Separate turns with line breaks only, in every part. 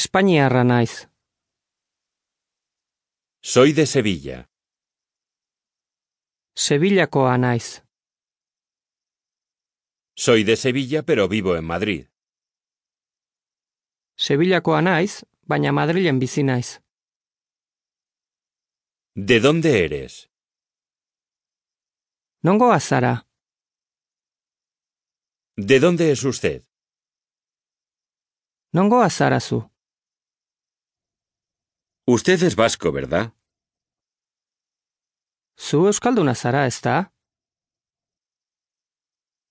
Espainiarra naiz.
Soy de Sevilla.
Sevillakoa naiz.
Soy de Sevilla, pero vivo en Madrid.
Sevillakoa naiz, baina Madrilen bizi naiz.
¿De dónde eres?
Nongo azara,
¿De dónde es usted?
nongo azara zu.
Usted es vasco, ¿verdad?
Zu euskalduna zara, ez da?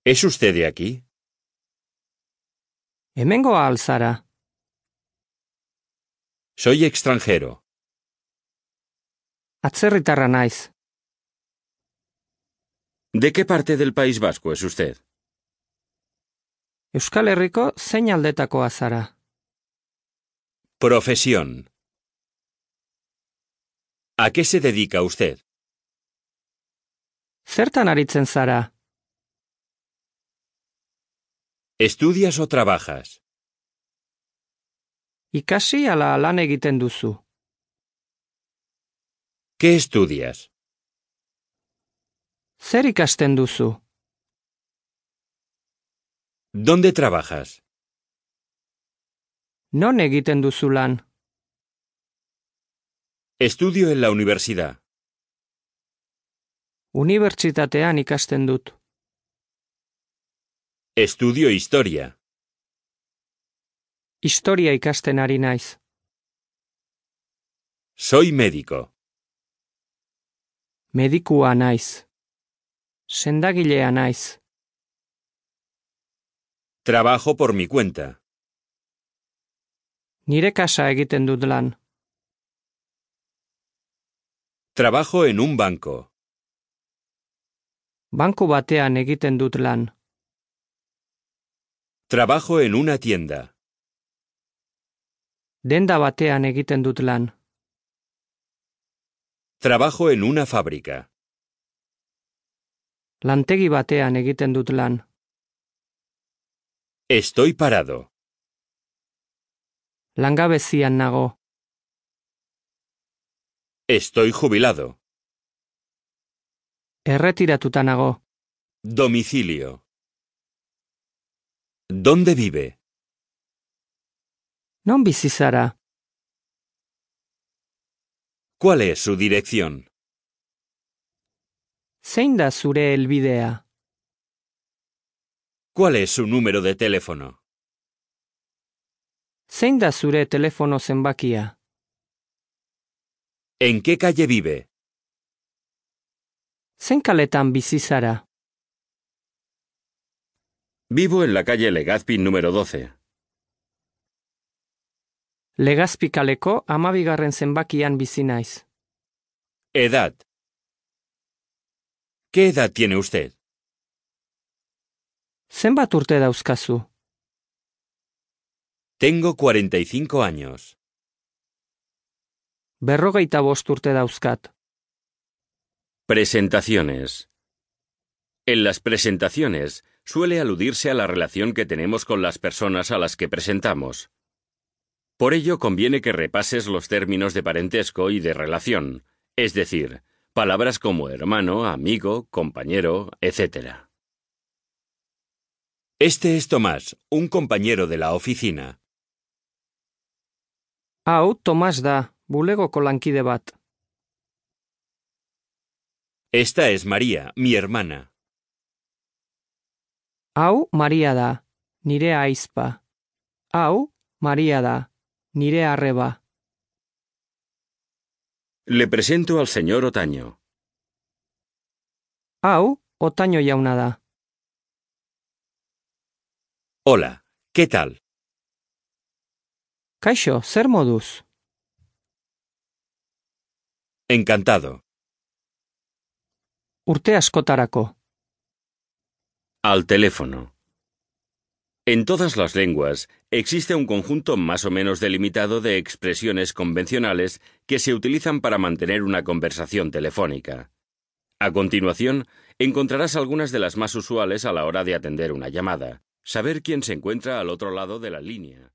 ¿Es usted de aquí?
Hemengo ahal zara,
Soy extranjero.
atzerritarra naiz.
¿De qué parte del País Vasco es usted?
Euskal Herriko zein aldetakoa zara?
Profesión. ¿A qué se dedica usted?
Zertan aritzen zara?
¿Estudias o trabajas?
Ikasi ala lan egiten duzu.
¿Qué estudias?
Zer ikasten duzu?
¿Dónde trabajas?
Non egiten duzu lan?
Estudio en la universidad.
Unibertsitatean ikasten dut.
Estudio historia.
Historia ikasten ari naiz.
Soy médico.
Medikua naiz. Sendagilea naiz.
Trabajo por mi cuenta.
Nire kasa egiten dut lan.
Trabajo en un banco.
Banku batean egiten dut lan.
Trabajo en una tienda.
Denda batean egiten dut lan.
Trabajo en una fábrica.
Lantegi batean egiten dut lan.
Estoy parado.
Langabezian nago.
Estoy jubilado.
Erretiratuta nago.
Domicilio. ¿Dónde vive?
Non bizi zara?
¿Cuál es su dirección?
Zein da zure helbidea?
¿Cuál es su número de teléfono?
Zein da zure telefono zenbakia?
¿En qué calle vive?
Zein kaletan bizi zara?
Vivo en la calle Legazpi número 12.
Legazpikaleko amabigarren zenbakian bizi naiz.
Edad. ¿Qué edad tiene usted?
Zenbat urte dauzkazu?
Tengo 45 años.
Berrogeita bost urte dauzkat.
Presentaciones. En las presentaciones suele aludirse a la relación que tenemos con las personas a las que presentamos. Por ello conviene que repases los términos de parentesco y de relación, es decir, palabras como hermano, amigo, compañero, etc. Este es Tomás, un compañero de la oficina.
Hau, Tomas da, bulegoko lankide bat.
Esta es María, mi hermana.
Hau, Maria da, nire aizpa. Hau, Maria da, nire arreba.
Le presento al señor Otaño.
Hau, otaino jauna da.
Hola, ¿qué tal?
Kaixo, zer moduz?
Encantado.
Urte askotarako.
Al teléfono. En todas las lenguas existe un conjunto más o menos delimitado de expresiones convencionales que se utilizan para mantener una conversación telefónica. A continuación, encontrarás algunas de las más usuales a la hora de atender una llamada, saber quién se encuentra al otro lado de la línea,